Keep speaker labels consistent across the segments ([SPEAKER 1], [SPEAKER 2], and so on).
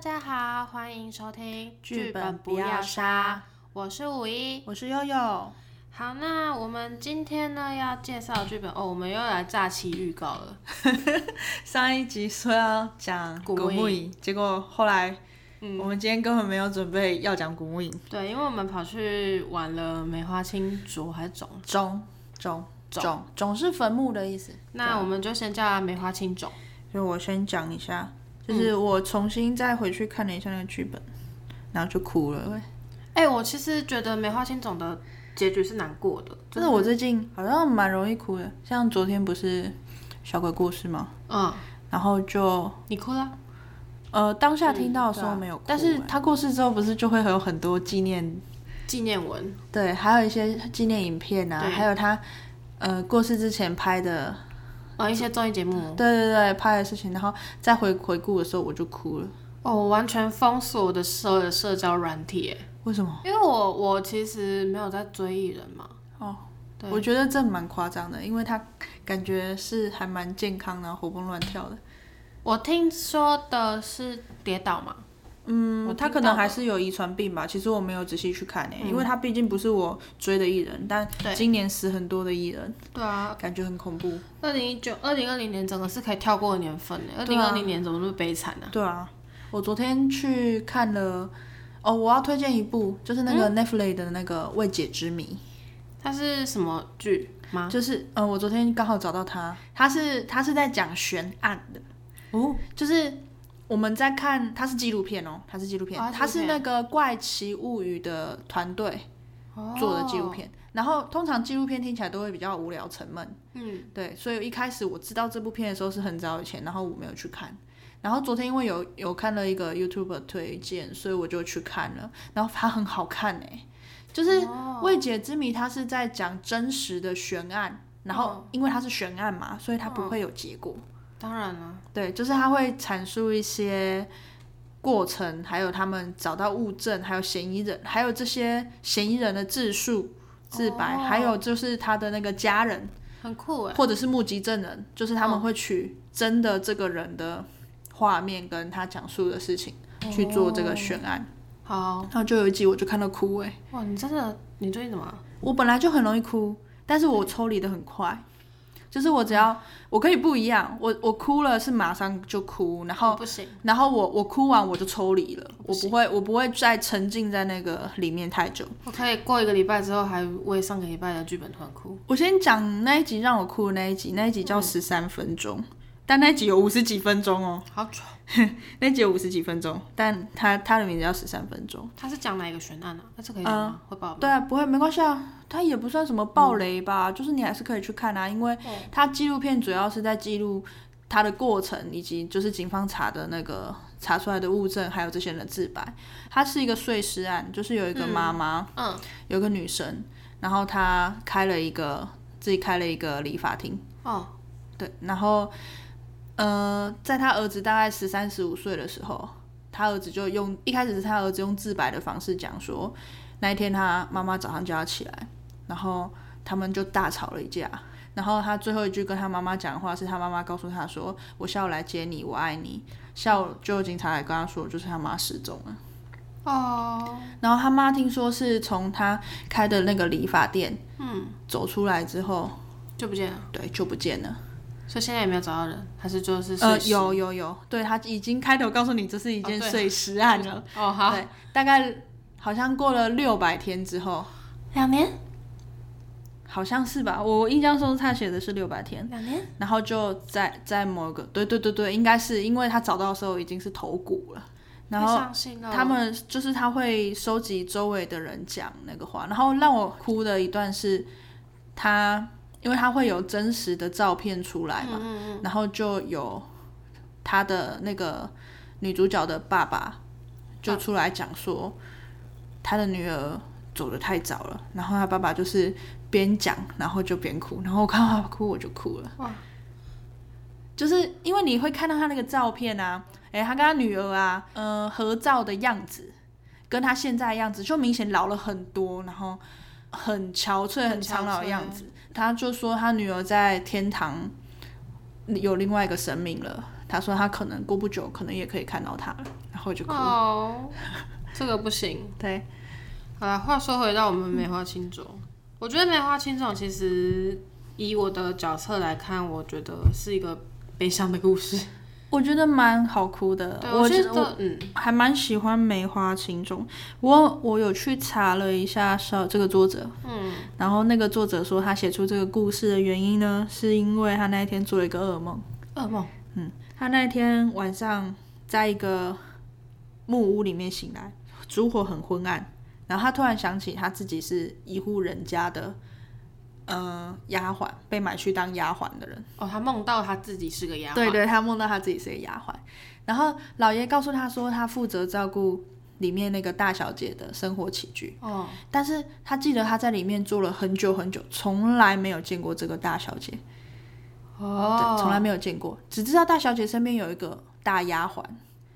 [SPEAKER 1] 家好，欢迎收听
[SPEAKER 2] 剧本不要杀，
[SPEAKER 1] 我是五一。
[SPEAKER 2] 我是悠悠，
[SPEAKER 1] 好，那我们今天呢要介绍的剧本哦，我们又来诈欺预告了。
[SPEAKER 2] 上一集说要讲
[SPEAKER 1] 古
[SPEAKER 2] 古
[SPEAKER 1] 墓
[SPEAKER 2] 墓影，结果后来我
[SPEAKER 1] 嗯，
[SPEAKER 2] 们今天根本没有准备要讲古墓影，
[SPEAKER 1] 对，因为我们跑去玩了梅花清浊还是种，
[SPEAKER 2] 冢冢冢冢是坟墓的意思。
[SPEAKER 1] 那我们就先叫它梅花清种。
[SPEAKER 2] 就我先讲一下，就是我重新再回去看了一下那个剧本，然后就哭了。
[SPEAKER 1] 哎、我其实觉得梅花清种的结局是难过的，
[SPEAKER 2] 真的，我最近好像蛮容易哭的，像昨天不是小鬼故事吗？
[SPEAKER 1] 嗯，
[SPEAKER 2] 哦然后就
[SPEAKER 1] 你哭了，
[SPEAKER 2] 呃当下听到的时
[SPEAKER 1] 嗯对
[SPEAKER 2] 候
[SPEAKER 1] 啊
[SPEAKER 2] 没有哭、
[SPEAKER 1] 但是
[SPEAKER 2] 欸他过世之后不是就会有很多纪念
[SPEAKER 1] 纪念文，
[SPEAKER 2] 对，还有一些纪念影片啊，
[SPEAKER 1] 对
[SPEAKER 2] 还有他呃过世之前拍的，
[SPEAKER 1] 呃，一些综艺节目。
[SPEAKER 2] 对对对，拍的事情，然后再回回顾的时候我就哭了。
[SPEAKER 1] 哦，我完全封锁我的所有的社交软体，哎
[SPEAKER 2] 为什么？
[SPEAKER 1] 因为我我其实没有在追艺人嘛。
[SPEAKER 2] 哦，
[SPEAKER 1] 对
[SPEAKER 2] 我觉得这蛮夸张的，因为他感觉是还蛮健康，然后活蹦乱跳的。
[SPEAKER 1] 我听说的是跌倒嘛，我
[SPEAKER 2] 嗯，他
[SPEAKER 1] 听
[SPEAKER 2] 可
[SPEAKER 1] 到
[SPEAKER 2] 能
[SPEAKER 1] 了
[SPEAKER 2] 还是有遗传病吧。其实我没有仔细去看诶、欸因为他毕竟不是我追的艺人，但
[SPEAKER 1] 对
[SPEAKER 2] 今年死很多的艺人，
[SPEAKER 1] 对啊，
[SPEAKER 2] 感觉很恐怖。
[SPEAKER 1] 二零一九、二零二零年整个是可以跳过的年份呢。二
[SPEAKER 2] 对
[SPEAKER 1] 零
[SPEAKER 2] 啊
[SPEAKER 1] 二零年怎么那么悲惨呢、
[SPEAKER 2] 对啊，我昨天去看了，哦，我要推荐一部，就是那个
[SPEAKER 1] 嗯
[SPEAKER 2] Netflix 的那个《未解之谜》。
[SPEAKER 1] 它是什么剧吗？
[SPEAKER 2] 就是呃，我昨天刚好找到他，他是他是在讲悬案的，
[SPEAKER 1] 哦，
[SPEAKER 2] 就是我们在看，他是纪录片哦，他是纪录片
[SPEAKER 1] 哦，
[SPEAKER 2] 他、
[SPEAKER 1] 纪录
[SPEAKER 2] 是
[SPEAKER 1] 片
[SPEAKER 2] 那个《怪奇物语》的团队做的纪录
[SPEAKER 1] 哦
[SPEAKER 2] 片。然后通常纪录片听起来都会比较无聊沉闷，
[SPEAKER 1] 嗯，
[SPEAKER 2] 对，所以一开始我知道这部片的时候是很早以前，然后我没有去看。然后昨天因为有有看了一个 YouTube 推荐，所以我就去看了，然后它很好看哎、就是
[SPEAKER 1] 哦
[SPEAKER 2] 未解之谜，它是在讲真实的悬案，
[SPEAKER 1] 嗯
[SPEAKER 2] 然后因为它是悬案嘛，所以它不会有结果。
[SPEAKER 1] 当然了，
[SPEAKER 2] 对，就是它会阐述一些过程，还有他们找到物证，还有嫌疑人，还有这些嫌疑人的自述、自白，
[SPEAKER 1] 哦
[SPEAKER 2] 还有就是他的那个家人
[SPEAKER 1] 很酷哎。
[SPEAKER 2] 或者是目击证人，就是他们
[SPEAKER 1] 嗯
[SPEAKER 2] 会取真的这个人的画面跟他讲述的事情去做这个悬案。
[SPEAKER 1] 哦好，
[SPEAKER 2] 然后就有一集我就看到哭哎、
[SPEAKER 1] 哇，你真的，你最近怎么了？
[SPEAKER 2] 我本来就很容易哭，但是我抽离的很快，就是我只要我可以不一样，我我哭了是马上就哭，然后
[SPEAKER 1] 不行，
[SPEAKER 2] 然后我我哭完我就抽离了，
[SPEAKER 1] 不
[SPEAKER 2] 我不会我不会再沉浸在那个里面太久。
[SPEAKER 1] 我可以过一个礼拜之后还为上个礼拜的剧本突然哭。
[SPEAKER 2] 我先讲那一集让我哭的那一集，那一集叫十三分钟，但那一集有五十几分钟哦，
[SPEAKER 1] 好丑，
[SPEAKER 2] 那一集有五十几分钟，但它它的名字叫十三分钟。
[SPEAKER 1] 他是讲哪一个悬案啊？那这可以讲吗？会爆吗？嗯
[SPEAKER 2] 对啊，不会，没关系啊，它也不算什么暴雷吧，就是你还是可以去看啊，因为
[SPEAKER 1] 哦
[SPEAKER 2] 它纪录片主要是在记录它的过程，以及就是警方查的那个查出来的物证，还有这些人的自白。它是一个碎尸案，就是有一个妈妈，
[SPEAKER 1] 嗯，
[SPEAKER 2] 有一个女生，然后她开了一个自己开了一个理发厅，
[SPEAKER 1] 哦，
[SPEAKER 2] 对，然后呃，在她儿子大概十三十五岁的时候，他儿子就用一开始是他儿子用自白的方式讲说，那一天他妈妈早上叫他起来，然后他们就大吵了一架。然后他最后一句跟他妈妈讲的话是他妈妈告诉他说：“我下午来接你，我爱你。”下午就有警察来跟他说，就是他妈失踪了。
[SPEAKER 1] 哦，
[SPEAKER 2] 然后他妈听说是从他开的那个理发店，嗯，走出来之后，
[SPEAKER 1] 就不见了，
[SPEAKER 2] 对，啊就不见了。
[SPEAKER 1] 所以现在也没有找到人，还是就是
[SPEAKER 2] 呃，
[SPEAKER 1] 碎尸
[SPEAKER 2] 有有有，对他已经开头告诉你这是一件
[SPEAKER 1] 哦对啊
[SPEAKER 2] 碎尸案了。
[SPEAKER 1] 哦，好，
[SPEAKER 2] 对，大概好像过了六百天之后，
[SPEAKER 1] 两年，
[SPEAKER 2] 好像是吧？我印象中他写的是六百天，
[SPEAKER 1] 两年，
[SPEAKER 2] 然后就在在某个，对对对对，应该是因为他找到的时候已经是头骨了，然后
[SPEAKER 1] 太伤心了
[SPEAKER 2] 他们就是他会收集周围的人讲那个话，然后让我哭的一段是他，因为他会有真实的照片出来嘛，然后就有他的那个女主角的爸爸就出来讲说，他的女儿走的太早了，然后他爸爸就是边讲然后就边哭，然后我看到他哭我就哭了，
[SPEAKER 1] 哇，
[SPEAKER 2] 就是因为你会看到他那个照片啊，诶，他跟他女儿啊，嗯、合照的样子，跟他现在的样子就明显老了很多，然后很憔悴、
[SPEAKER 1] 很
[SPEAKER 2] 很苍老
[SPEAKER 1] 憔悴
[SPEAKER 2] 的样子。他就说他女儿在天堂有另外一个神明了，他说他可能过不久可能也可以看到他了。然后就哭。
[SPEAKER 1] 哦，这个不行。
[SPEAKER 2] 对，
[SPEAKER 1] 好了，话说回到我们梅花青种，我觉得梅花青种其实以我的角色来看，我觉得是一个悲伤的故事。
[SPEAKER 2] 我觉得蛮好哭的。
[SPEAKER 1] 对，
[SPEAKER 2] 我
[SPEAKER 1] 我觉
[SPEAKER 2] 觉得
[SPEAKER 1] 得嗯，
[SPEAKER 2] 还蛮喜欢梅花情种。我我有去查了一下小这个作者，嗯，然后那个作者说他写出这个故事的原因呢，是因为他那一天做了一个噩梦。
[SPEAKER 1] 噩梦。
[SPEAKER 2] 他那天晚上在一个木屋里面醒来，烛火很昏暗，然后他突然想起他自己是一户人家的，呃，丫鬟被买去当丫鬟的人。
[SPEAKER 1] 哦，他梦到他自己是个丫鬟。
[SPEAKER 2] 对对，他梦到他自己是个丫鬟，然后老爷告诉他说，他负责照顾里面那个大小姐的生活起居，
[SPEAKER 1] 哦，
[SPEAKER 2] 但是他记得他在里面住了很久很久，从来没有见过这个大小姐，
[SPEAKER 1] 哦，
[SPEAKER 2] 对从来没有见过，只知道大小姐身边有一个大丫鬟。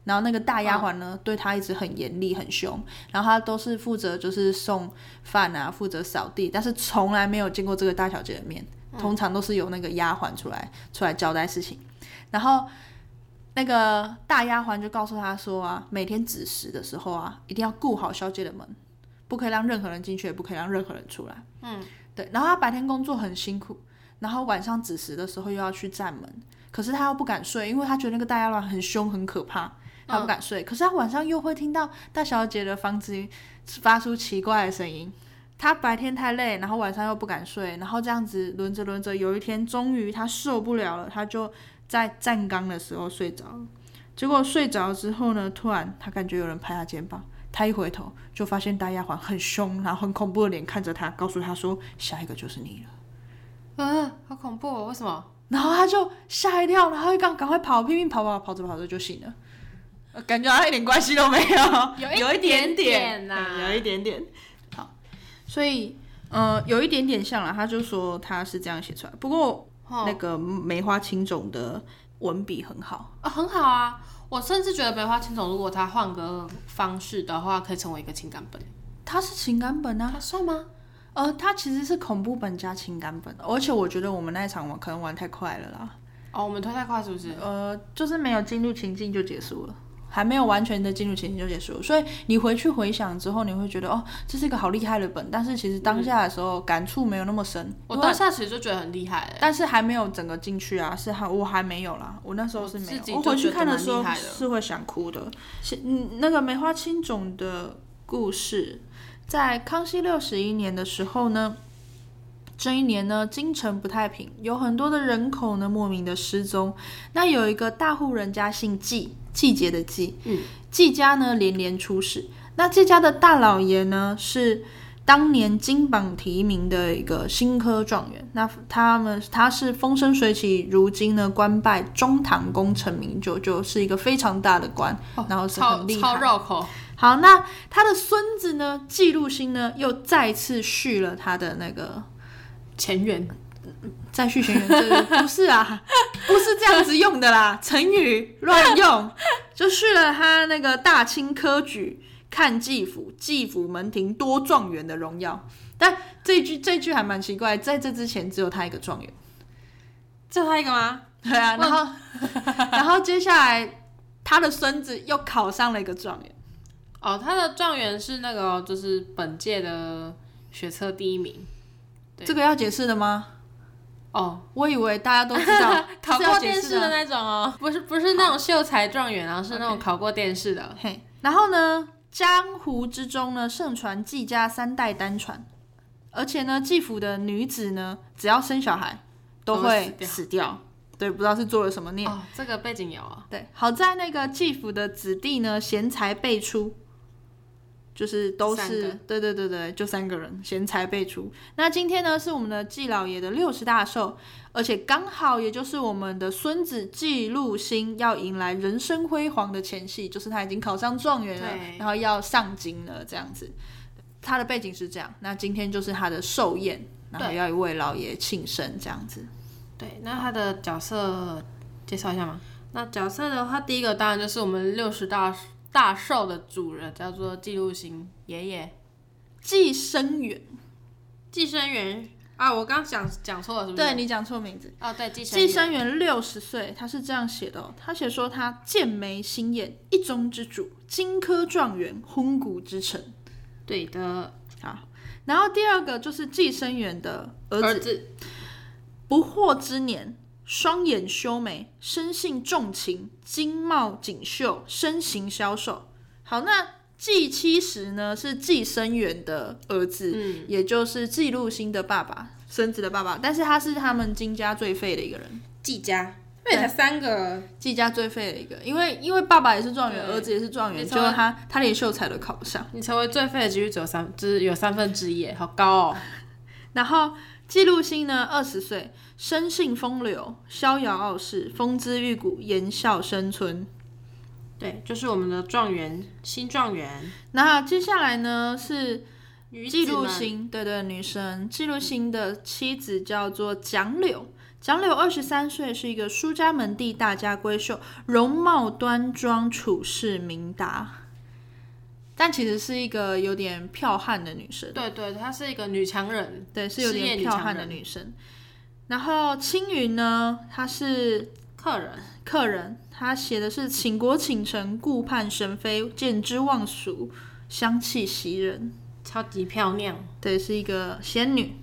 [SPEAKER 2] 然后那个大丫鬟呢，对她一直很严厉、很凶，然后她都是负责就是送饭啊，负责扫地，但是从来没有见过这个大小姐的面，通常都是由那个丫鬟出来出来交代事情。然后那个大丫鬟就告诉她说啊，每天子时的时候啊，一定要顾好小姐的门，不可以让任何人进去，也不可以让任何人出来。嗯，对。然后她白天工作很辛苦，然后晚上子时的时候又要去站门，可是她又不敢睡，因为她觉得那个大丫鬟很凶很可怕，她不敢睡。可是她晚上又会听到大小姐的房子里发出奇怪的声音。她白天太累，然后晚上又不敢睡，然后这样子轮着轮着，有一天终于她受不了了，她就在站岗的时候睡着了。结果睡着之后呢，突然她感觉有人拍她肩膀，她一回头就发现大丫鬟很凶，然后很恐怖的脸看着她，告诉她说：“下一个就是你了。
[SPEAKER 1] 嗯，好恐怖哦！为什么？”
[SPEAKER 2] 然后她就吓一跳，然后赶赶快跑，拼命跑跑跑着跑着就醒了，呃感觉好像一点关系都没有，
[SPEAKER 1] 有
[SPEAKER 2] 有
[SPEAKER 1] 一
[SPEAKER 2] 一
[SPEAKER 1] 点
[SPEAKER 2] 点
[SPEAKER 1] 点呐
[SPEAKER 2] 嗯有一点点。好，所以呃，有一点点像了，她就说她是这样写出来，不过
[SPEAKER 1] 哦
[SPEAKER 2] 那个梅花青种的文笔很好。
[SPEAKER 1] 啊，很好啊！我甚至觉得梅花青种，如果他换个方式的话，可以成为一个情感本。
[SPEAKER 2] 它是情感本啊，
[SPEAKER 1] 他算吗？
[SPEAKER 2] 呃，它其实是恐怖本加情感本，而且我觉得我们那一场玩可能玩太快了啦，
[SPEAKER 1] 哦，我们推太快是不是？
[SPEAKER 2] 呃，就是没有进入情境就结束了，还没有完全的进入情境就结束了，所以你回去回想之后，你会觉得哦，这是一个好厉害的本，但是其实当下的时候感触没有那么深，
[SPEAKER 1] 我
[SPEAKER 2] 因为
[SPEAKER 1] 当下其实就觉得很厉害了。
[SPEAKER 2] 但是还没有整个进去啊，是还我还没有啦，我那时候是没
[SPEAKER 1] 我自己
[SPEAKER 2] 有，
[SPEAKER 1] 就
[SPEAKER 2] 我回去看的时
[SPEAKER 1] 觉
[SPEAKER 2] 候
[SPEAKER 1] 得蛮厉害的
[SPEAKER 2] 是会想哭的。是嗯，那个梅花青种的故事，在康熙六十一年的时候呢，这一年呢，京城不太平，有很多的人口呢莫名的失踪。那有一个大户人家姓季，季节的季，嗯，季家呢连连出事。那季家的大老爷呢是当年金榜题名的一个新科状元，那他们他是风生水起，如今呢官拜中堂功成名就，就是一个非常大的官，然后是
[SPEAKER 1] 超
[SPEAKER 2] 很厉
[SPEAKER 1] 哦超
[SPEAKER 2] 害。
[SPEAKER 1] 绕口，
[SPEAKER 2] 好，那他的孙子呢，季路兴呢，又再次续了他的那个
[SPEAKER 1] 前缘
[SPEAKER 2] 再续前缘，这个不是啊， 不是这样子用的啦，成语乱用，就续了他那个大清科举看季府，季府门庭多状元的荣耀。但这一句这一句还蛮奇怪，在这之前只有他一个状元。
[SPEAKER 1] 就他一个吗？
[SPEAKER 2] 对啊，然后 然后接下来他的孙子又考上了一个状元，
[SPEAKER 1] 哦，他的状元是那个就是本届的学测第一名。对
[SPEAKER 2] 这个要解释的吗？
[SPEAKER 1] 哦，，
[SPEAKER 2] 我以为大家都知道
[SPEAKER 1] 考
[SPEAKER 2] 是要
[SPEAKER 1] 过
[SPEAKER 2] 解
[SPEAKER 1] 啊电
[SPEAKER 2] 释
[SPEAKER 1] 视
[SPEAKER 2] 的
[SPEAKER 1] 的那种哦，不是不是那种秀才状元 啊，是那种考过电视的。
[SPEAKER 2] 嘿，然后呢，江湖之中呢，盛传季家三代单传，而且呢，季府的女子呢，只要生小孩都
[SPEAKER 1] 都会死
[SPEAKER 2] 会
[SPEAKER 1] 掉
[SPEAKER 2] 死掉。对，不知道是做了什么孽。
[SPEAKER 1] 哦，这个背景有啊。
[SPEAKER 2] 对，好在那个季府的子弟呢，贤才辈出，就是都
[SPEAKER 1] 三
[SPEAKER 2] 是
[SPEAKER 1] 个
[SPEAKER 2] 对对对对，就三个人贤才辈出。那今天呢，是我们的季老爷的六十大寿，而且刚好也就是我们的孙子季路兴要迎来人生辉煌的前夕，就是他已经考上状元了
[SPEAKER 1] 对，
[SPEAKER 2] 然后要上京了，这样子。他的背景是这样，那今天就是他的寿宴，然后
[SPEAKER 1] 对
[SPEAKER 2] 要为老爷庆生这样子。
[SPEAKER 1] 对，那他的角色介绍一下吗？那角色的话，第一个当然就是我们六十大大寿的主人，叫做记录星爷爷
[SPEAKER 2] 季生远，
[SPEAKER 1] 季生元啊，我刚讲讲错了，是不是？
[SPEAKER 2] 对你讲错名字。
[SPEAKER 1] 哦，对，寄生
[SPEAKER 2] 季
[SPEAKER 1] 员
[SPEAKER 2] 生源六十岁，他是这样写的、哦：他写说他剑眉星眼，一中之主，荆轲状元，hungu 之臣。
[SPEAKER 1] 对的
[SPEAKER 2] 好，然后第二个就是季生源的儿子，
[SPEAKER 1] 儿子
[SPEAKER 2] 不惑之年，双眼修眉，生性重情，经貌锦绣，身形消瘦。好，那季七十呢是季生源的儿子，也就是季路星的爸爸，孙子的爸爸，但是他是他们金家最废的一个人。
[SPEAKER 1] 季家，因为才三个，
[SPEAKER 2] 季家最废的一个，因为因为爸爸也是状元，儿子也是状元，
[SPEAKER 1] 没
[SPEAKER 2] 结
[SPEAKER 1] 错
[SPEAKER 2] 果他他连秀才都考不上。
[SPEAKER 1] 你成为最废的几率只有三，就是有三分之一耶，好高哦。
[SPEAKER 2] 然后记录星呢，二十岁，生性风流，逍遥傲世，风姿玉骨，言笑生春。
[SPEAKER 1] 对，就是我们的状元，新状元，
[SPEAKER 2] 那接下来呢是
[SPEAKER 1] 女
[SPEAKER 2] 记
[SPEAKER 1] 子
[SPEAKER 2] 录
[SPEAKER 1] 们
[SPEAKER 2] 星，对对，女生记录星的妻子叫做蒋柳。蒋柳二十三岁，是一个书家门第，大家闺秀，容貌端庄，处事明达，但其实是一个有点剽悍的女生。
[SPEAKER 1] 对对，她是一个女强人，
[SPEAKER 2] 对，是有
[SPEAKER 1] 事业
[SPEAKER 2] 点
[SPEAKER 1] 女
[SPEAKER 2] 剽
[SPEAKER 1] 强
[SPEAKER 2] 悍的女生。然后青云呢，她是
[SPEAKER 1] 客人，
[SPEAKER 2] 客人，她写的是“倾国倾城，顾盼神飞，见之忘俗，香气袭人
[SPEAKER 1] 超级漂亮。”。
[SPEAKER 2] 对，是一个仙女。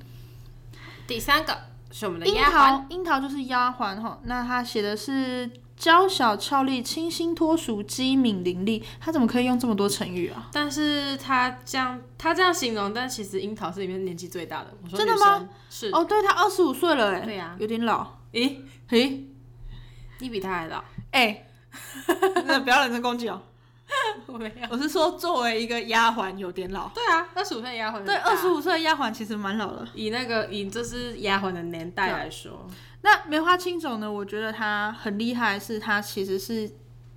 [SPEAKER 1] 第三个是我们的
[SPEAKER 2] 樱
[SPEAKER 1] 丫鬟，
[SPEAKER 2] 桃，樱桃就是丫鬟哈。那她写的是“娇小俏丽，清新脱俗，机敏伶俐”。她怎么可以用这么多成语啊？
[SPEAKER 1] 但是她这样她这样形容，但其实樱桃是里面年纪最大的。我说
[SPEAKER 2] 真的
[SPEAKER 1] 女
[SPEAKER 2] 吗
[SPEAKER 1] 生？是，
[SPEAKER 2] 哦，对，她二十五岁了，哎，
[SPEAKER 1] 对啊呀
[SPEAKER 2] 有点老。
[SPEAKER 1] 咦，
[SPEAKER 2] 嘿，
[SPEAKER 1] 你比她还老？
[SPEAKER 2] 哎， 那不要人身攻击哦。
[SPEAKER 1] 我没有。
[SPEAKER 2] 我是说，作为一个丫鬟，有点老。
[SPEAKER 1] 对啊，二十五岁丫鬟很
[SPEAKER 2] 对，
[SPEAKER 1] 大
[SPEAKER 2] 二十。五岁的丫鬟其实蛮老的。
[SPEAKER 1] 以那个以就是丫鬟的年代来说，
[SPEAKER 2] 那梅花青种呢？我觉得它很厉害，是它其实是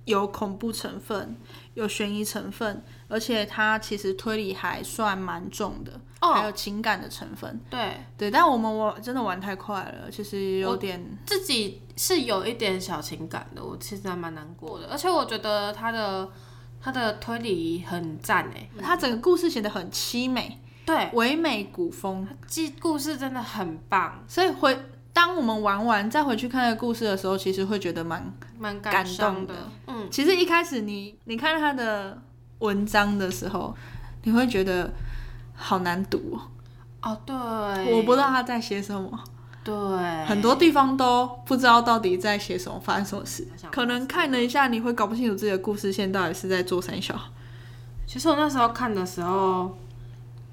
[SPEAKER 2] 有恐怖成分，有悬疑成分，而且它其实推理还算蛮重的，
[SPEAKER 1] 哦
[SPEAKER 2] 还有情感的成分。
[SPEAKER 1] 对啊
[SPEAKER 2] 对，但我们我真的玩太快了，其实有点
[SPEAKER 1] 自己是有一点小情感的，我其实还蛮难过的。而且我觉得他的他的推理很赞欸诶，
[SPEAKER 2] 它整个故事写的很凄美，
[SPEAKER 1] 对，
[SPEAKER 2] 唯美古风。
[SPEAKER 1] 记故事真的很棒，
[SPEAKER 2] 所以回当我们玩完再回去看这个故事的时候，其实会觉得蛮
[SPEAKER 1] 蛮
[SPEAKER 2] 感
[SPEAKER 1] 伤
[SPEAKER 2] 动的。
[SPEAKER 1] 嗯，
[SPEAKER 2] 其实一开始你你看他的文章的时候，你会觉得好难读哦、
[SPEAKER 1] 哦，对，
[SPEAKER 2] 我不知道他在写什么，
[SPEAKER 1] 对，
[SPEAKER 2] 很多地方都不知道到底在写什么，发生什么事
[SPEAKER 1] 我想。
[SPEAKER 2] 可能看了一下，你会搞不清楚自己的故事线到底是在做三小。
[SPEAKER 1] 其实我那时候看的时候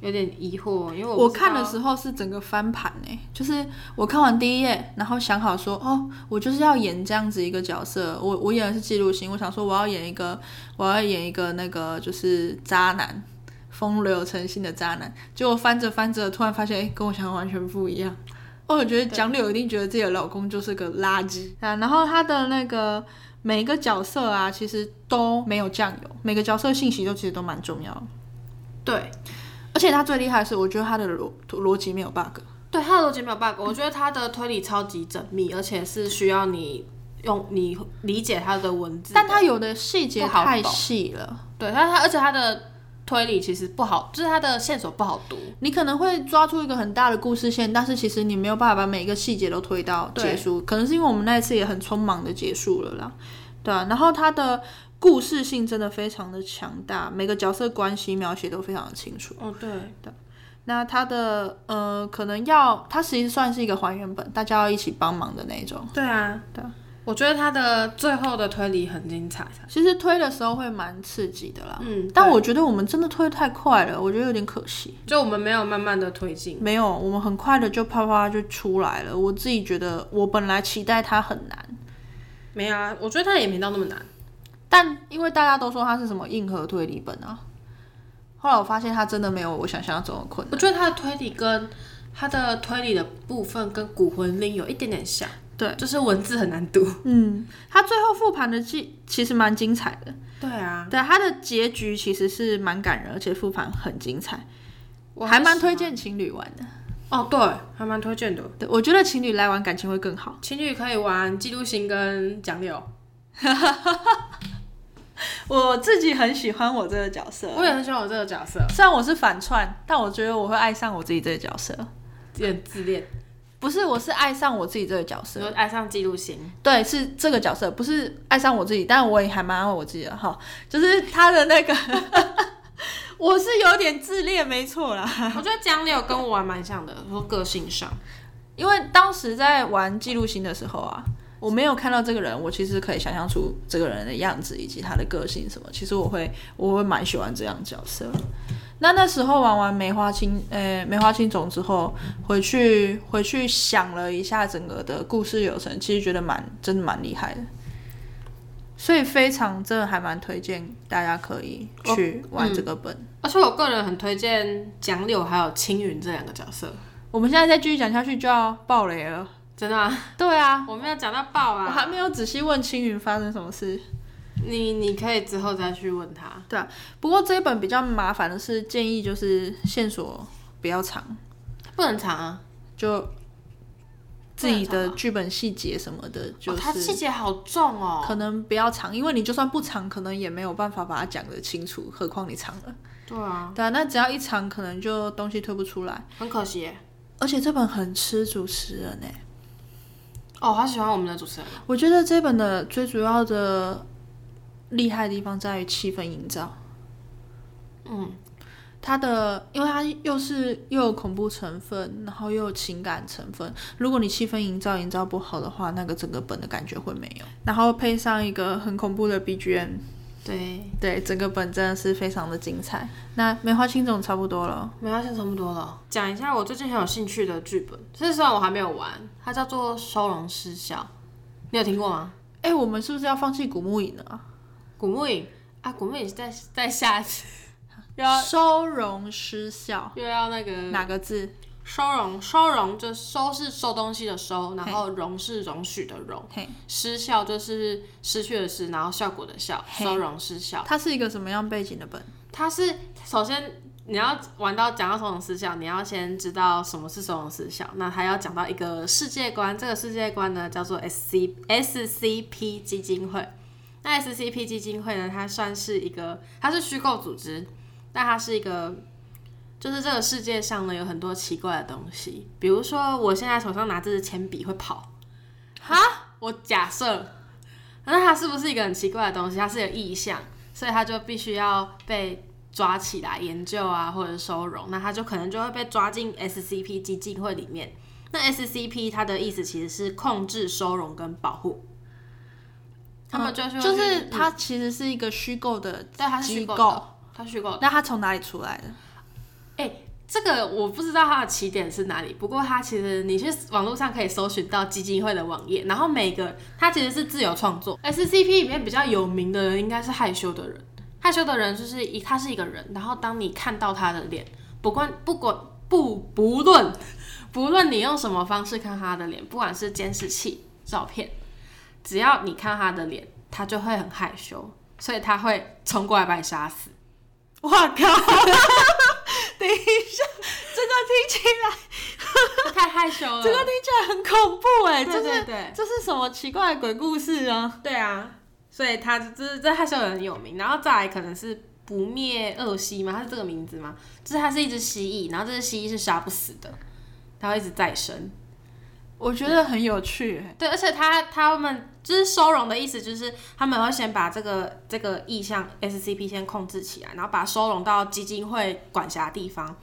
[SPEAKER 1] 有点疑惑，因为
[SPEAKER 2] 我
[SPEAKER 1] 我
[SPEAKER 2] 看的
[SPEAKER 1] 候
[SPEAKER 2] 时候是整个翻盘哎、就是我看完第一页，然后想好说，哦，我就是要演这样子一个角色，我我演的是记录型，我想说我要演一个，我要演一个那个就是渣男，风流成性的渣男。结果翻着翻着，突然发现，哎、跟我想的完全不一样。哦，我觉得蒋柳一定觉得自己的老公就是个垃圾啊，然后他的那个每一个角色啊，其实都没有酱油，每个角色信息都其实都蛮重要的。
[SPEAKER 1] 对
[SPEAKER 2] 而且他最厉害的是，我觉得他的逻逻辑没有 bug。
[SPEAKER 1] 对他的逻辑没有 bug，我觉得他的推理超级缜密，而且是需要你用你理解他的文字的，
[SPEAKER 2] 但它有的细节
[SPEAKER 1] 不好
[SPEAKER 2] 太
[SPEAKER 1] 懂
[SPEAKER 2] 细了，
[SPEAKER 1] 对他他而且他的推理其实不好，就是他的线索不好读。
[SPEAKER 2] 你可能会抓住一个很大的故事线，但是其实你没有办法把每一个细节都推到
[SPEAKER 1] 对
[SPEAKER 2] 结束，可能是因为我们那一次也很匆忙的结束了啦，对啊，然后它的故事性真的非常的强大，每个角色关系描写都非常的清楚。
[SPEAKER 1] 哦，对，
[SPEAKER 2] 那它的呃，可能要它其实算是一个还原本，大家要一起帮忙的那一种。
[SPEAKER 1] 对啊，对啊，我觉得他的最后的推理很精彩。
[SPEAKER 2] 其实推的时候会蛮刺激的啦，
[SPEAKER 1] 嗯
[SPEAKER 2] 但我觉得我们真的推太快了，我觉得有点可惜。
[SPEAKER 1] 就我们没有慢慢的推进，
[SPEAKER 2] 没有，我们很快的就啪啪就出来了。我自己觉得，我本来期待它很难，
[SPEAKER 1] 没有啊，我觉得他也没到那么难。
[SPEAKER 2] 但因为大家都说它是什么硬核推理本啊，后来我发现它真的没有我想象中的困
[SPEAKER 1] 我
[SPEAKER 2] 难。
[SPEAKER 1] 觉得他的推理跟他的推理的部分跟《骨魂令》有一点点像，
[SPEAKER 2] 对，
[SPEAKER 1] 就是文字很难读。
[SPEAKER 2] 嗯，它最后复盘的记其实蛮精彩的，
[SPEAKER 1] 对啊，
[SPEAKER 2] 对，它的结局其实是蛮感人，而且复盘很精彩，还蛮推荐情侣玩的。
[SPEAKER 1] 哦，对，还蛮推荐的。
[SPEAKER 2] 对，我觉得情侣来玩感情会更好。
[SPEAKER 1] 情侣可以玩记录型跟讲柳，
[SPEAKER 2] 我自己很喜欢我这个角色，
[SPEAKER 1] 我也很喜欢我这个角色。
[SPEAKER 2] 虽然我是反串，但我觉得我会爱上我自己这个角色。
[SPEAKER 1] 有点自恋，
[SPEAKER 2] 不是，我是爱上我自己这个角色
[SPEAKER 1] 你。说爱上记录型，
[SPEAKER 2] 对，是这个角色，不是爱上我自己，但我也还蛮爱我自己的哈。就是他的那个， 我是有点自恋，没错啦。
[SPEAKER 1] 我觉得江六跟我还蛮像的，说个性上，
[SPEAKER 2] 因为当时在玩记录星的时候啊，我没有看到这个人，我其实可以想象出这个人的样子以及他的个性什么。其实我会，我会蛮喜欢这样的角色。那那时候玩完梅花青，呃，梅花青种之后，回去回去想了一下整个的故事流程，其实觉得蛮真的蛮厉害的，所以非常真的还蛮推荐大家可以去玩这个本。
[SPEAKER 1] 而且我个人很推荐江六还有青云这两个角色，
[SPEAKER 2] 我们现在再继续讲下去就要爆雷了。
[SPEAKER 1] 真的、啊，
[SPEAKER 2] 对啊，
[SPEAKER 1] 我没有讲到爆
[SPEAKER 2] 我
[SPEAKER 1] 啊，
[SPEAKER 2] 还没有仔细问青云发生什么事。
[SPEAKER 1] 你你可以之后再去问他，
[SPEAKER 2] 对啊，不过这一本比较麻烦的是，建议就是线索不要长，
[SPEAKER 1] 不能藏啊，
[SPEAKER 2] 就自己
[SPEAKER 1] 不能
[SPEAKER 2] 的剧本细节什么的，就
[SPEAKER 1] 哦、他细
[SPEAKER 2] 是
[SPEAKER 1] 节好重哦，
[SPEAKER 2] 可能不要长，因为你就算不长，可能也没有办法把它讲得清楚，何况你长了。
[SPEAKER 1] 对啊，
[SPEAKER 2] 对啊，那只要一长，可能就东西推不出来。
[SPEAKER 1] 很可惜耶，
[SPEAKER 2] 而且这本很吃主持人哎、
[SPEAKER 1] 哦，好喜欢我们的主持人，
[SPEAKER 2] 我觉得这本的最主要的厉害的地方在于气氛营造。
[SPEAKER 1] 嗯，
[SPEAKER 2] 它的，因为它又是又有恐怖成分，然后又有情感成分。如果你气氛营造营造不好的话，那个整个本的感觉会没有。然后配上一个很恐怖的 BGM，
[SPEAKER 1] 对，
[SPEAKER 2] 对，整个本真的是非常的精彩。那梅花青总差不多了，
[SPEAKER 1] 没关系，差不多了，讲一下我最近很有兴趣的剧本，这虽然我还没有玩，它叫做《收容失效》，你有听过吗？
[SPEAKER 2] 哎，我们是不是要放弃古墓影了啊？
[SPEAKER 1] 古墓影啊，古墓影是在在下一次 又
[SPEAKER 2] 收容失效，
[SPEAKER 1] 又要那个
[SPEAKER 2] 哪个字？
[SPEAKER 1] 收容，收容就收是收东西的收，然后容是容许的容，
[SPEAKER 2] 嘿，
[SPEAKER 1] 失效就是失去的失，然后效果的效，
[SPEAKER 2] 嘿
[SPEAKER 1] 收容失效。
[SPEAKER 2] 它是一个什么样背景的本？
[SPEAKER 1] 它是首先你要玩到讲到收容失效，你要先知道什么是收容失效，那还要讲到一个世界观，这个世界观呢叫做 S C S C P 基金会。那 S C P 基金会呢，它算是一个，它是虚构组织，但它是一个，就是这个世界上呢有很多奇怪的东西，比如说我现在手上拿这支铅笔会跑，
[SPEAKER 2] 哈，
[SPEAKER 1] 我假设，那它是不是一个很奇怪的东西？它是有意向，所以它就必须要被抓起来研究啊，或者收容，那它就可能就会被抓进 SCP 基金会里面。那 SCP 它的意思其实是控制、收容跟保护。他们就是
[SPEAKER 2] 嗯
[SPEAKER 1] 会去
[SPEAKER 2] 就是它其实是一个虚构的
[SPEAKER 1] 对，它是虚
[SPEAKER 2] 机
[SPEAKER 1] 构
[SPEAKER 2] 构
[SPEAKER 1] 的，，它虚构的。
[SPEAKER 2] 那它从哪里出 来的？
[SPEAKER 1] 哎、这个我不知道它的起点是哪里，不过它其实你去网络上可以搜寻到基金会的网页，然后每个它其实是自由创作。SCP 里面比较有名的人应该是害羞的人，害羞的人就是一他是一个人，然后当你看到他的脸，不管不管不不论不论你用什么方式看他的脸，不管是监视器、照片，只要你看他的脸，他就会很害羞，所以他会冲过来把你杀死。
[SPEAKER 2] 我靠！ 等一下，这个听起
[SPEAKER 1] 太害羞了，
[SPEAKER 2] 这个听起来很恐怖哎、
[SPEAKER 1] 对
[SPEAKER 2] 这
[SPEAKER 1] 对
[SPEAKER 2] 是
[SPEAKER 1] 对
[SPEAKER 2] 这是什么奇怪的鬼故事啊？
[SPEAKER 1] 对啊，所以他就是这害羞的人很有名，然后再来可能是不灭恶蜥嘛，它是这个名字嘛，就是它是一只蜥蜴，然后这只蜥蜴是杀不死的，它会一直再生。
[SPEAKER 2] 我觉得很有趣、欸，
[SPEAKER 1] 对，而且它它们就是收容的意思，就是他们会先把这个这个意向 SCP 先控制起来，然后把它收容到基金会管辖地方。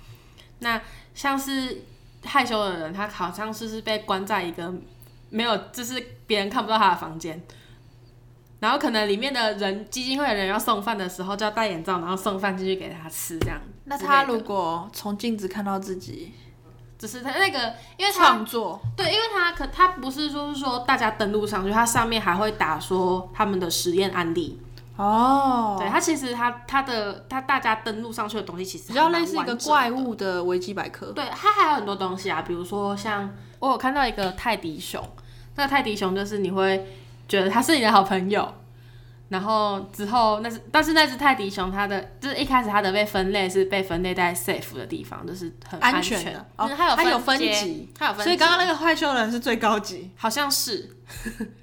[SPEAKER 1] 那像是害羞的人，他好像是是被关在一个没有，就是别人看不到他的房间。然后可能里面的人，基金会的人要送饭的时候，就要戴眼罩，然后送饭进去给他吃，这样之类的。
[SPEAKER 2] 那他如果从镜子看到自己，
[SPEAKER 1] 只是他那个，因为他
[SPEAKER 2] 创作
[SPEAKER 1] 对，因为它可它不是说是说大家登录上去，它上面还会打说他们的实验案例。
[SPEAKER 2] 哦，
[SPEAKER 1] 对，它其实它它的它大家登录上去的东西其实
[SPEAKER 2] 比较
[SPEAKER 1] 还蛮
[SPEAKER 2] 类似一个
[SPEAKER 1] 完整
[SPEAKER 2] 怪
[SPEAKER 1] 的。
[SPEAKER 2] 物的维基百科。
[SPEAKER 1] 对，它还有很多东西啊，比如说像我有看到一个泰迪熊，那个泰迪熊就是你会觉得它是你的好朋友。然后之后，那是但是那只泰迪熊，它的就是一开始它的被分类是被分类在 safe 的地方，就是很
[SPEAKER 2] 安
[SPEAKER 1] 全
[SPEAKER 2] 全的
[SPEAKER 1] 嗯
[SPEAKER 2] 哦
[SPEAKER 1] 它有
[SPEAKER 2] 它有分
[SPEAKER 1] 阶
[SPEAKER 2] 级，
[SPEAKER 1] 它有分级，
[SPEAKER 2] 所以刚刚那个害羞的人是最高级，
[SPEAKER 1] 好像是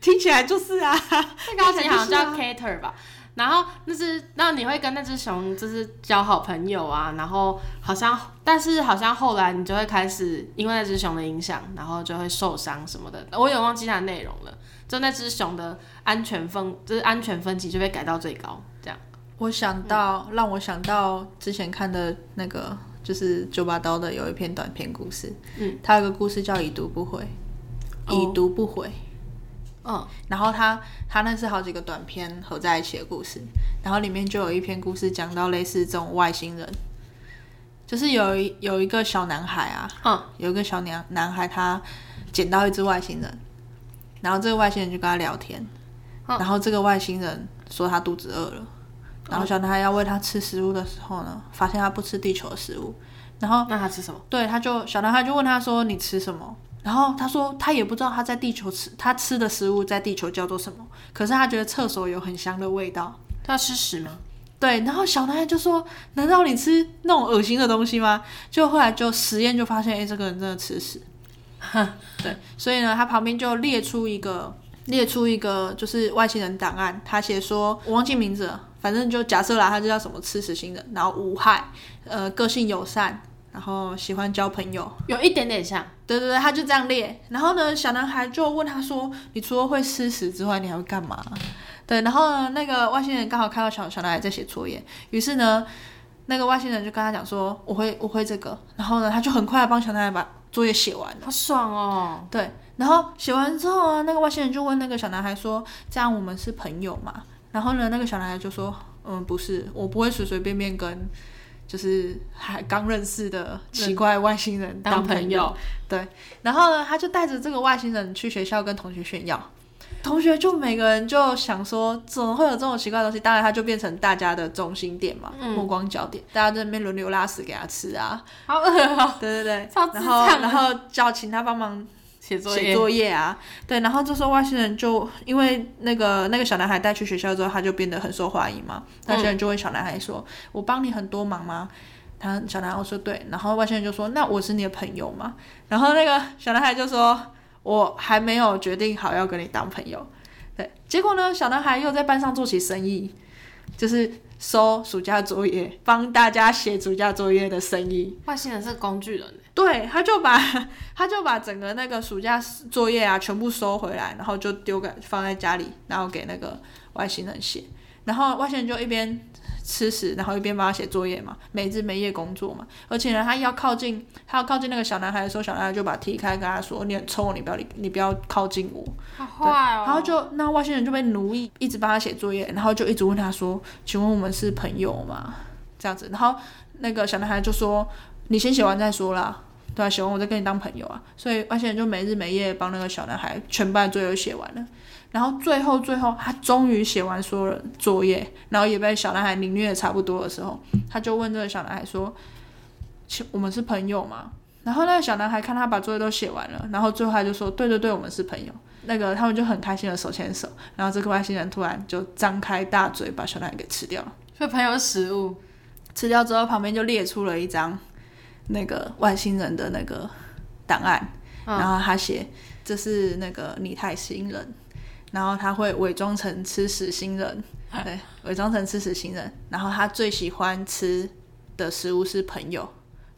[SPEAKER 2] 听起来就是 啊，
[SPEAKER 1] 最高级好像叫
[SPEAKER 2] 那
[SPEAKER 1] 啊 cater 吧。然后那只，那你会跟那只熊就是交好朋友啊，然后好像，但是好像后来你就会开始因为那只熊的影响，然后就会受伤什么的。我有忘记它内容了，就那只熊的安全分，就是安全分级就被改到最高，这样。
[SPEAKER 2] 我想到、让我想到之前看的那个，就是九把刀的有一篇短篇故事，嗯，它有个故事叫《已读不回》，已读不回，
[SPEAKER 1] 嗯，
[SPEAKER 2] 然后它它那是好几个短篇合在一起的故事，然后里面就有一篇故事讲到类似这种外星人，就是有一有一个小男孩啊，
[SPEAKER 1] 嗯，
[SPEAKER 2] 有一个小男男孩他捡到一只外星人，然后这个外星人就跟他聊天，然后这个外星人说他肚子饿了，然后小男孩要喂他吃食物的时候呢，发现他不吃地球的食物，然后
[SPEAKER 1] 那它吃什么？
[SPEAKER 2] 对他就小男孩就问他说你吃什么？然后他说他也不知道他在地球吃他吃的食物在地球叫做什么，可是他觉得厕所有很香的味道。
[SPEAKER 1] 它要吃屎吗？
[SPEAKER 2] 对，然后小男孩就说：“难道你吃那种恶心的东西吗？”就后来就实验就发现，哎，这个人真的吃屎。 对，所以呢，他旁边就列出一个列出一个就是外星人档案，他写说我忘记名字了，反正就假设啦，他就叫什么吃屎星人，然后无害，呃，个性友善，然后喜欢交朋友。
[SPEAKER 1] 有一点点像，
[SPEAKER 2] 对对对，他就这样列。然后呢，小男孩就问他说：“你除了会吃屎之外，你还会干嘛？”对，然后呢，那个外星人刚好看到小小男孩在写作业，于是呢，那个外星人就跟他讲说：“我会，我会这个。”然后呢，他就很快的帮小男孩把作业写完。
[SPEAKER 1] 好爽哦！
[SPEAKER 2] 对，然后写完之后啊，那个外星人就问那个小男孩说：“这样我们是朋友嘛？”然后呢，那个小男孩就说：“嗯，不是，我不会随随便便跟就是还刚认识的奇怪外星人
[SPEAKER 1] 当
[SPEAKER 2] 朋
[SPEAKER 1] 朋友，
[SPEAKER 2] 对，然后呢，他就带着这个外星人去学校跟同学炫耀，同学就每个人就想说，怎么会有这种奇怪的东西？当然，他就变成大家的中心点嘛，
[SPEAKER 1] 嗯
[SPEAKER 2] 目光焦点，大家在那边轮流拉屎给他吃 啊，
[SPEAKER 1] 好饿哦！
[SPEAKER 2] 对对对，
[SPEAKER 1] 超智
[SPEAKER 2] 然后
[SPEAKER 1] 障的
[SPEAKER 2] 然后叫请他帮忙
[SPEAKER 1] 写作
[SPEAKER 2] 写
[SPEAKER 1] 业，
[SPEAKER 2] 作业啊，对，然后这时候外星人就因为那个那个小男孩带去学校之后，他就变得很受欢迎嘛。外星人就问小男孩说：“我帮你很多忙吗？”他小男孩说：“对。”然后外星人就说：“那我是你的朋友吗？”然后那个小男孩就说：“我还没有决定好要跟你当朋友。”对，结果呢，小男孩又在班上做起生意，就是收暑假作业，帮大家写暑假作业的生意。
[SPEAKER 1] 外星人是工具人，
[SPEAKER 2] 对，他就把 他就把整个那个暑假作业啊全部收回来，然后就丢给放在家里，然后给那个外星人写。然后外星人就一边吃屎，然后一边帮他写作业嘛，没日没夜工作嘛。而且呢，他要靠近他要靠近那个小男孩的时候，小男孩就把他踢开，跟他说：“你很臭，你不要理你不要靠近我。”
[SPEAKER 1] 好坏哦！
[SPEAKER 2] 然后就那外星人就被奴役，一直帮他写作业，然后就一直问他说：“请问我们是朋友吗？”这样子，然后那个小男孩就说：“你先写完再说啦，对啊，写完我再跟你当朋友啊。”所以外星人就没日没夜帮那个小男孩全班的作业都写完了，然后最后最后他终于写完所有的作业，然后也被小男孩凌虐的差不多的时候，他就问这个小男孩说：“请我们是朋友吗？”然后那个小男孩看他把作业都写完了，然后最后他就说：“对对对，我们是朋友。”那个他们就很开心的手牵手，然后这个外星人突然就张开大嘴把小男孩给吃掉了。
[SPEAKER 1] 所 以朋友是食物，
[SPEAKER 2] 吃掉之后，旁边就列出了一张那个外星人的那个档案，
[SPEAKER 1] 嗯
[SPEAKER 2] 然后他写这是那个拟态星人，然后他会伪装成吃屎星人，
[SPEAKER 1] 嗯
[SPEAKER 2] 对，伪装成吃屎星人，然后他最喜欢吃的食物是朋友，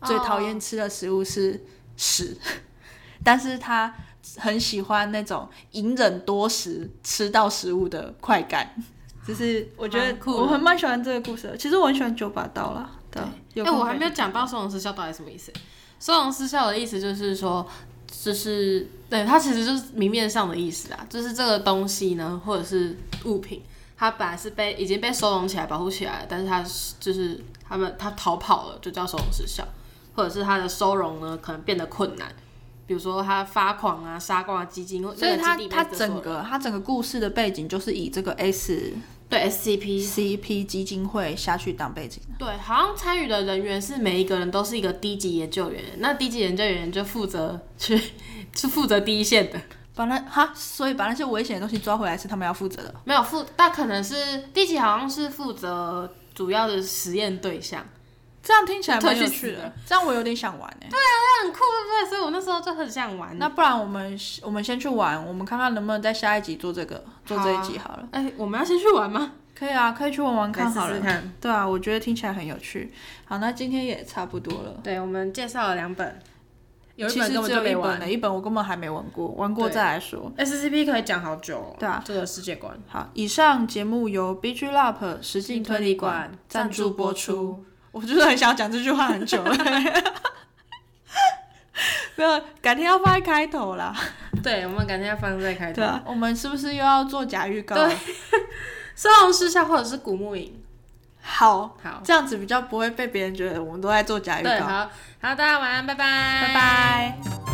[SPEAKER 1] 哦
[SPEAKER 2] 最讨厌吃的食物是屎， 但是他很喜欢那种隐忍多时吃到食物的快感。就是我觉得
[SPEAKER 1] 蛮酷的
[SPEAKER 2] 我很蛮喜欢这个故事的，其实我很喜欢九把刀啦。对，啊有
[SPEAKER 1] 哎、
[SPEAKER 2] 空
[SPEAKER 1] 我
[SPEAKER 2] 可
[SPEAKER 1] 还
[SPEAKER 2] 以
[SPEAKER 1] 没有讲到收容失效到底什么意思。收容失效的意思就是说，就是对它其实就是明面上的意思啊，就是这个东西呢，或者是物品，它本来是被已经被收容起来、保护起来了，但是它是就是他们它逃跑了，就叫收容失效，或者是它的收容呢可能变得困难，比如说它发狂啊、杀光啊、基金，或
[SPEAKER 2] 所以他
[SPEAKER 1] 那个基地
[SPEAKER 2] 他
[SPEAKER 1] 被收容
[SPEAKER 2] 整个他整个故事的背景就是以这个 S
[SPEAKER 1] 对 SCP
[SPEAKER 2] C P 基金会下去当背景。
[SPEAKER 1] 对，好像参与的人员是每一个人都是一个低级研究员，那低级研究员就负责去 是负责第一线的，
[SPEAKER 2] 把那哈，所以把那些危险的东西抓回来是他们要负责的。
[SPEAKER 1] 没有负，但可能是低级好像是负责主要的实验对象，
[SPEAKER 2] 这样听起来蛮有
[SPEAKER 1] 退去
[SPEAKER 2] 趣
[SPEAKER 1] 死
[SPEAKER 2] 的，这样我有点想玩哎、
[SPEAKER 1] 那很酷，对不对？所以我那时候就很想玩。
[SPEAKER 2] 那不然我们我们先去玩，我们看看能不能在下一集做这个做这一集好了。
[SPEAKER 1] 哎、我们要先去玩吗？
[SPEAKER 2] 可以啊，可以去玩玩看
[SPEAKER 1] 来试
[SPEAKER 2] 好了。
[SPEAKER 1] 试看
[SPEAKER 2] 对啊，我觉得听起来很有趣。好，那今天也差不多了。
[SPEAKER 1] 对，我们介绍了两本，有一
[SPEAKER 2] 其
[SPEAKER 1] 本
[SPEAKER 2] 实
[SPEAKER 1] 根
[SPEAKER 2] 只
[SPEAKER 1] 本
[SPEAKER 2] 有
[SPEAKER 1] 就
[SPEAKER 2] 一
[SPEAKER 1] 没
[SPEAKER 2] 本
[SPEAKER 1] 玩。
[SPEAKER 2] 的，一本我根本还没玩过，玩过
[SPEAKER 1] 对
[SPEAKER 2] 再来说。
[SPEAKER 1] SCP 可以讲好久、哦，
[SPEAKER 2] 对啊，
[SPEAKER 1] 这个世界观。
[SPEAKER 2] 好，以上节目由 B G Lab 实境推理馆赞助播出。，我就是很想讲这句话很久了， 没有，改天要放在开头啦。
[SPEAKER 1] 对，我们改天要放在开头
[SPEAKER 2] 对。啊，我们是不是又要做假预告？
[SPEAKER 1] 对，收容失效或者是古墓营。
[SPEAKER 2] 好，
[SPEAKER 1] 好，
[SPEAKER 2] 这样子比较不会被别人觉得我们都在做假预
[SPEAKER 1] 对，
[SPEAKER 2] 告。
[SPEAKER 1] 好，好，大家晚安，拜拜，
[SPEAKER 2] 拜。拜。